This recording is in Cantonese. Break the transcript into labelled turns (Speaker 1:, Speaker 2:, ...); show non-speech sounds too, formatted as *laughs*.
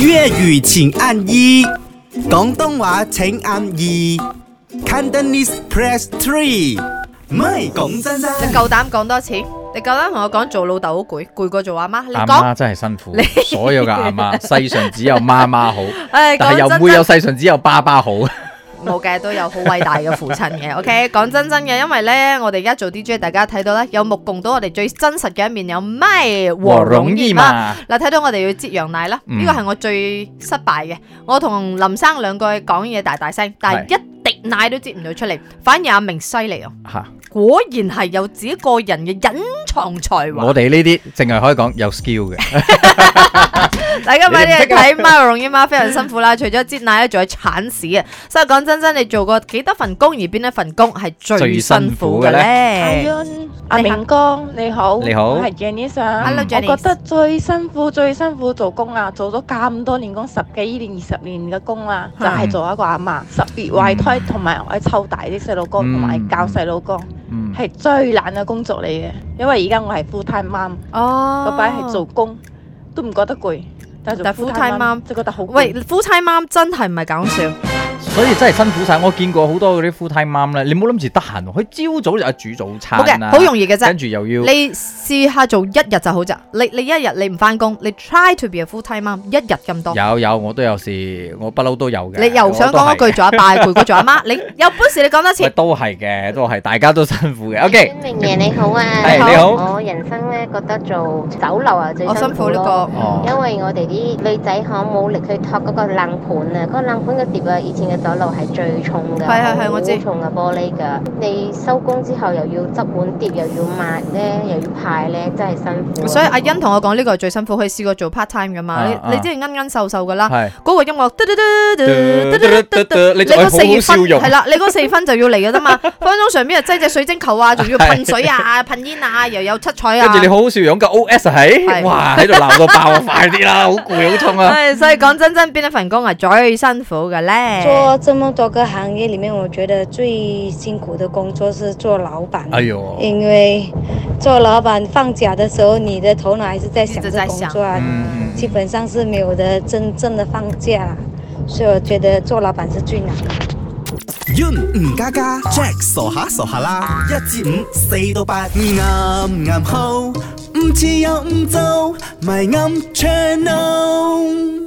Speaker 1: 粤语请按一，广东话请按二，Cantonese press three。唔係講真真，
Speaker 2: 你夠膽講多次？你夠膽同我講做老豆好攰，攰過做阿媽？你
Speaker 3: 阿
Speaker 2: 講
Speaker 3: 媽，真係辛苦，所有嘅
Speaker 2: *laughs*
Speaker 3: 阿媽，世上只有媽媽好，
Speaker 2: 唉，
Speaker 3: 但係
Speaker 2: 講
Speaker 3: 又
Speaker 2: 真
Speaker 3: 唔會有
Speaker 2: 真
Speaker 3: 世上只有爸爸好。
Speaker 2: 冇嘅，都有好偉大嘅父親嘅。OK，講
Speaker 3: *laughs*
Speaker 2: 真真嘅，因為咧，我哋而家做 DJ，大家睇到咧，有目共睹我哋最真實嘅一面，有咩和容易嘛？
Speaker 3: 嘛，
Speaker 2: 嗱，睇到我哋要擠羊奶啦，
Speaker 3: 嗯
Speaker 2: 呢個係我最失敗嘅。我同林生兩個講嘢大大聲，但係一滴奶都擠唔到出嚟，反而阿明犀利哦，
Speaker 3: 嚇！
Speaker 2: 果然係有自己個人嘅隱藏才華
Speaker 3: 我。哋呢啲淨係可以講有 skill 嘅，
Speaker 2: 大家快啲去
Speaker 3: 你唔識啊
Speaker 2: 睇《貓容姨媽》，非常辛苦啦。除咗擠奶咧，仲有鏟屎啊！所以講真真，你做過幾多份工，而邊一份工係最
Speaker 3: 最
Speaker 2: 辛
Speaker 3: 辛
Speaker 2: 苦
Speaker 3: 苦
Speaker 2: 嘅
Speaker 3: 嘅
Speaker 4: 阿
Speaker 2: 咧？
Speaker 4: Yun，阿
Speaker 2: 哎你好
Speaker 4: 明哥你好，
Speaker 3: 你好
Speaker 4: 我係 Janice 啊。
Speaker 2: Hello
Speaker 3: 嗯
Speaker 4: 我
Speaker 2: Jenny，
Speaker 4: 覺得最辛苦、最辛苦做工啊，做咗咁多年工，十幾年、二十年嘅工啦，就係、做一個阿嫲，十月懷胎，同埋我係湊大啲細路哥，同埋
Speaker 3: 嗯
Speaker 4: 教細路哥，
Speaker 3: 嗯，
Speaker 4: 係最難嘅工作嚟嘅。因為而家我係 full time mom，
Speaker 2: 哦，
Speaker 4: 嗰擺係做工都唔覺得攰，但係
Speaker 2: 但
Speaker 4: 做
Speaker 2: full
Speaker 4: full
Speaker 2: time
Speaker 4: time
Speaker 2: mom
Speaker 4: mom 就覺得好攰
Speaker 2: 喂，夫妻媽真係唔係搞笑，
Speaker 3: 所以真係辛苦晒。我見過好多嗰啲 full time mom 咧，你冇諗住得閒喎，佢朝早就煮早
Speaker 2: 冇
Speaker 3: 餐
Speaker 2: 嘅，
Speaker 3: 啊，
Speaker 2: 好容易嘅啫
Speaker 3: 跟。住又要
Speaker 2: 你試下做一日就好咋，你你一日你唔翻工，你 try to be a full time mom 一日咁多。
Speaker 3: 有有，我都有時我不嬲都有嘅。
Speaker 2: 你又想講
Speaker 3: 我
Speaker 2: 嗰
Speaker 3: 都係
Speaker 2: 句做阿爸攰過做阿媽，你有本事你講多次
Speaker 3: 喂，。都係嘅，都係大家都辛苦嘅。OK，
Speaker 5: 明爺你好啊，
Speaker 3: 係你好
Speaker 5: 我人生咧覺得做酒樓啊最
Speaker 2: 我辛
Speaker 5: 辛
Speaker 2: 苦
Speaker 5: 苦
Speaker 2: 呢
Speaker 5: 咯，
Speaker 2: 個，
Speaker 3: 哦
Speaker 5: 因為我哋啲女仔可冇力去托嗰個冷盤啊，嗰、個冷盤嘅碟啊，以前嘅酒樓係最重㗎，
Speaker 2: 係係係我知
Speaker 5: 好重嘅玻璃㗎。你收工之後又要執碗碟，又要抹咧，又要派咧，真係辛苦啊。
Speaker 2: 所以阿欣同我講呢個係最辛苦，佢試過做 part time 噶嘛，
Speaker 3: 啊
Speaker 2: 你
Speaker 3: 啊
Speaker 2: 你知係奀奀瘦瘦噶啦。
Speaker 3: 係
Speaker 2: 嗰個音樂，嘟嘟嘟嘟嘟嘟嘟嘟
Speaker 3: 你
Speaker 2: 你
Speaker 3: 仲
Speaker 2: 嗰
Speaker 3: 好
Speaker 2: 四
Speaker 3: 好笑
Speaker 2: 分
Speaker 3: 容
Speaker 2: 係。啦，你嗰四分就要嚟嘅啫
Speaker 3: *laughs*
Speaker 2: 嘛。分鐘上邊又擠隻水晶球啊，仲要噴水啊、噴煙
Speaker 3: *laughs*
Speaker 2: 啊，又有七彩啊
Speaker 3: 跟。住你好好笑樣嘅 O.S. 係，
Speaker 2: 係
Speaker 3: 哎哇喺度鬧到爆， *laughs* 快啲啦，好攰好痛啊！
Speaker 2: 唉，所以講真真，邊一份工係最辛苦嘅
Speaker 3: 哎
Speaker 2: 咧？
Speaker 6: 做这么多个行业里面，我觉得最辛苦的工作是做老板。
Speaker 3: 哎呦，
Speaker 6: 因为做老板放假的时候，你的头脑还是在
Speaker 2: 一
Speaker 6: 想
Speaker 2: 直
Speaker 6: 着
Speaker 2: 在
Speaker 6: 工
Speaker 2: 想
Speaker 6: 作啊，
Speaker 3: 嗯
Speaker 6: 基本上是没有的真正的放假啦。所以我觉得做老板是最难的。
Speaker 1: Yun 吳家家，Jack 傻下傻下啦，一至五，四到八，啱啱好，唔似又唔做，咪啱 channel。